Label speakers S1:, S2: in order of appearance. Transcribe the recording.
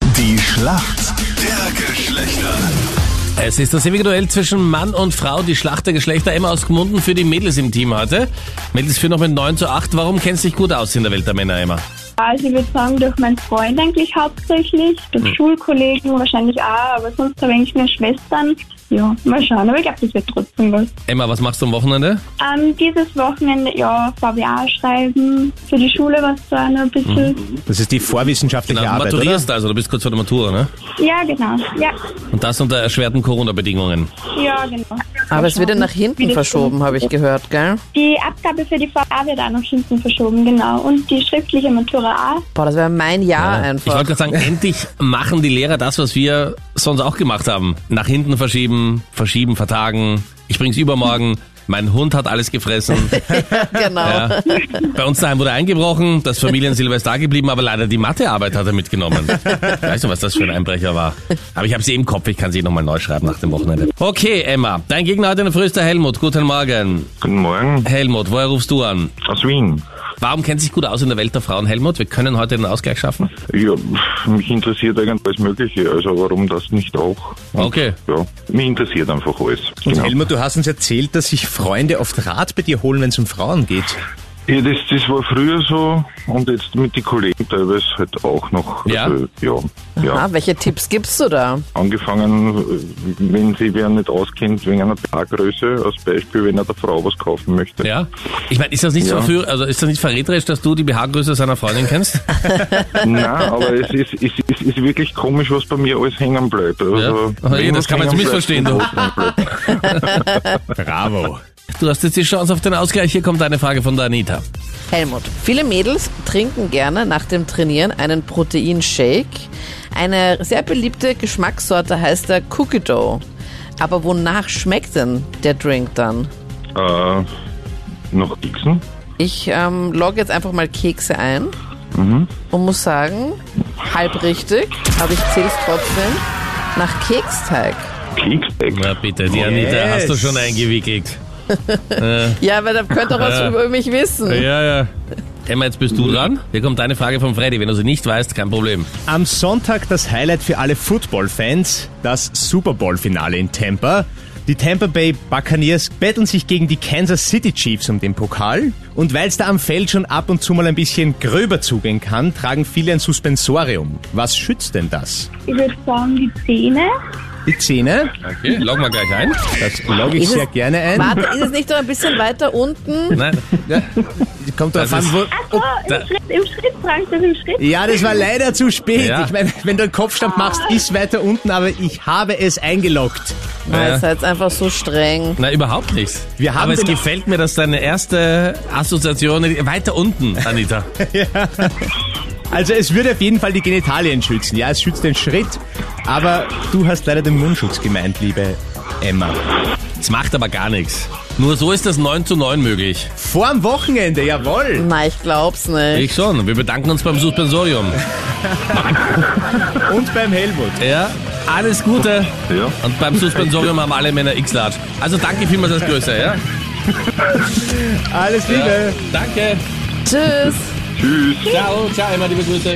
S1: Die Schlacht der Geschlechter.
S2: Es ist das ewige Duell zwischen Mann und Frau, die Schlacht der Geschlechter, immer aus Gmunden für die Mädels im Team heute. Mädels führen noch mit 9 zu 8. Warum kennst du dich gut aus in der Welt der Männer, Emma?
S3: Also ich würde sagen, durch meinen Freund eigentlich hauptsächlich, durch Schulkollegen wahrscheinlich auch, aber sonst habe ich eigentlich nur Schwestern. Ja, mal schauen, aber ich glaube, das wird trotzdem was.
S2: Emma, was machst du am Wochenende?
S3: Ähm, dieses Wochenende, ja, VWA schreiben, für die Schule was da ein bisschen.
S4: Das ist die vorwissenschaftliche
S2: Na,
S4: Arbeit, oder?
S2: maturierst also, du bist kurz vor der Matura, ne?
S3: Ja, genau. Ja,
S2: Und das unter erschwerten Corona-Bedingungen.
S3: ja genau.
S5: Aber es wird ja
S3: Mal
S5: nach
S3: schauen, wie
S5: hinten
S3: das
S5: verschoben, habe ich gehört, gell?
S3: Die Abgabe für die VWA wird auch nach hinten verschoben, genau. Und die schriftliche Matura auch.
S5: Boah, das wäre mein Jahr
S2: Ich wollte
S5: einfach.
S2: gerade sagen, endlich machen die Lehrer das, was wir sonst auch gemacht haben. Nach hinten verschieben, verschieben, vertagen. Ich bring's übermorgen. Mein Hund hat alles gefressen.
S5: Genau.
S2: Ja. Bei uns daheim wurde eingebrochen, das Familiensilber ist da geblieben, aber leider die Mathearbeit hat er mitgenommen. Weißt du, was das für ein Einbrecher war? Aber ich habe sie im Kopf, ich kann sie nochmal neu schreiben nach dem Wochenende. Okay, Emma, dein Gegner heute in der Früh ist der Helmut. Guten Morgen.
S6: Guten Morgen
S2: Helmut, woher rufst du an?
S6: aus Wien.
S2: Warum kennt sich gut aus in der Welt der Frauen, Helmut? Wir können heute den Ausgleich schaffen.
S6: Ja, pff, mich interessiert eigentlich alles Mögliche, also warum das nicht auch?
S2: Okay.
S6: Ja, mich interessiert einfach alles.
S2: Also
S4: Und
S6: Genau.
S4: Helmut, du hast uns erzählt, dass sich Freunde oft Rat bei dir holen, wenn es um Frauen geht.
S6: Ja, das, das war früher so und jetzt mit den Kollegen teilweise halt auch noch.
S2: Ja?
S6: Also, ja. ja.
S5: Ah, welche Tipps gibst du da?
S6: Angefangen, äh, wenn sie wer nicht auskennt, wegen einer Bargröße, als Beispiel, wenn er der Frau was kaufen möchte.
S2: Ja? Ich meine, ist das nicht
S6: Ja.
S2: so für, also ist das nicht verräterisch, dass du die BH-Größe seiner Freundin kennst?
S6: Nein, aber es ist, es, ist, es ist wirklich komisch, was bei mir alles hängen bleibt. Also,
S2: Ja. Oh je,
S6: wenn
S2: das
S6: was
S2: kann man jetzt
S6: hängen
S2: missverstehen,
S6: bleibt,
S2: du.
S6: dann was hängen bleibt.
S4: Bravo.
S2: Du hast jetzt die Chance auf den Ausgleich. Hier kommt eine Frage von der Anita.
S5: Helmut, viele Mädels trinken gerne nach dem Trainieren einen Proteinshake. Eine sehr beliebte Geschmackssorte heißt der Cookie Dough. Aber wonach schmeckt denn der Drink dann?
S6: Äh, noch Gixen?
S5: Ich ähm, logge jetzt einfach mal Kekse ein
S2: Mhm.
S5: und muss sagen, halb richtig, aber ich zähle es trotzdem nach Keksteig.
S6: Keksteig?
S2: Na bitte, die Anita hast du schon eingewickelt.
S5: Ja, aber da könnt ihr was über mich wissen.
S2: Ja, ja. Emma, jetzt bist du dran. Hier kommt eine Frage von Freddy. Wenn du sie nicht weißt, kein Problem.
S4: Am Sonntag das Highlight für alle Football-Fans, das Super Bowl-Finale in Tampa. Die Tampa Bay Buccaneers betteln sich gegen die Kansas City Chiefs um den Pokal. Und weil es da am Feld schon ab und zu mal ein bisschen gröber zugehen kann, tragen viele ein Suspensorium. Was schützt denn das?
S3: Ich würde sagen, die Zähne.
S4: Die Zähne,
S2: Okay, loggen wir gleich ein.
S4: das logge ich
S5: Ist
S4: sehr
S5: es-
S4: gerne ein.
S5: Warte, ist es nicht doch ein bisschen weiter unten?
S2: Nein,
S4: Kommt drauf
S2: Das
S4: an,
S2: ist-
S4: wo...
S3: Ach so,
S2: da-
S3: im Schritt, im Schritt, Frank, das im Schritt.
S4: Ja, das war leider zu spät.
S2: Ja.
S4: Ich meine, wenn du einen Kopfstand machst, ist weiter unten, aber ich habe es eingeloggt.
S5: Nein, ihr seid einfach so streng.
S2: nein, überhaupt nichts.
S4: Wir haben
S2: Aber es
S4: den-
S2: gefällt mir, dass deine erste Assoziation weiter unten, Anita.
S4: Also es würde auf jeden Fall die Genitalien schützen. Ja, es schützt den Schritt, aber du hast leider den Mundschutz gemeint, liebe Emma.
S2: Es macht aber gar nichts. Nur so ist das 9 zu 9 möglich.
S4: Vorm Wochenende, jawohl.
S5: Nein, ich glaub's nicht.
S2: Ich schon. Wir bedanken uns beim Suspensorium.
S4: Und beim Helmut.
S2: Ja, alles Gute.
S6: Ja.
S2: Und beim Suspensorium haben alle Männer X-Large. Also danke vielmals als Größe, ja?
S4: Alles Liebe.
S2: Danke.
S5: Tschüss.
S6: Tschüss.
S2: Ciao, ciao, Emma, liebe Grüße.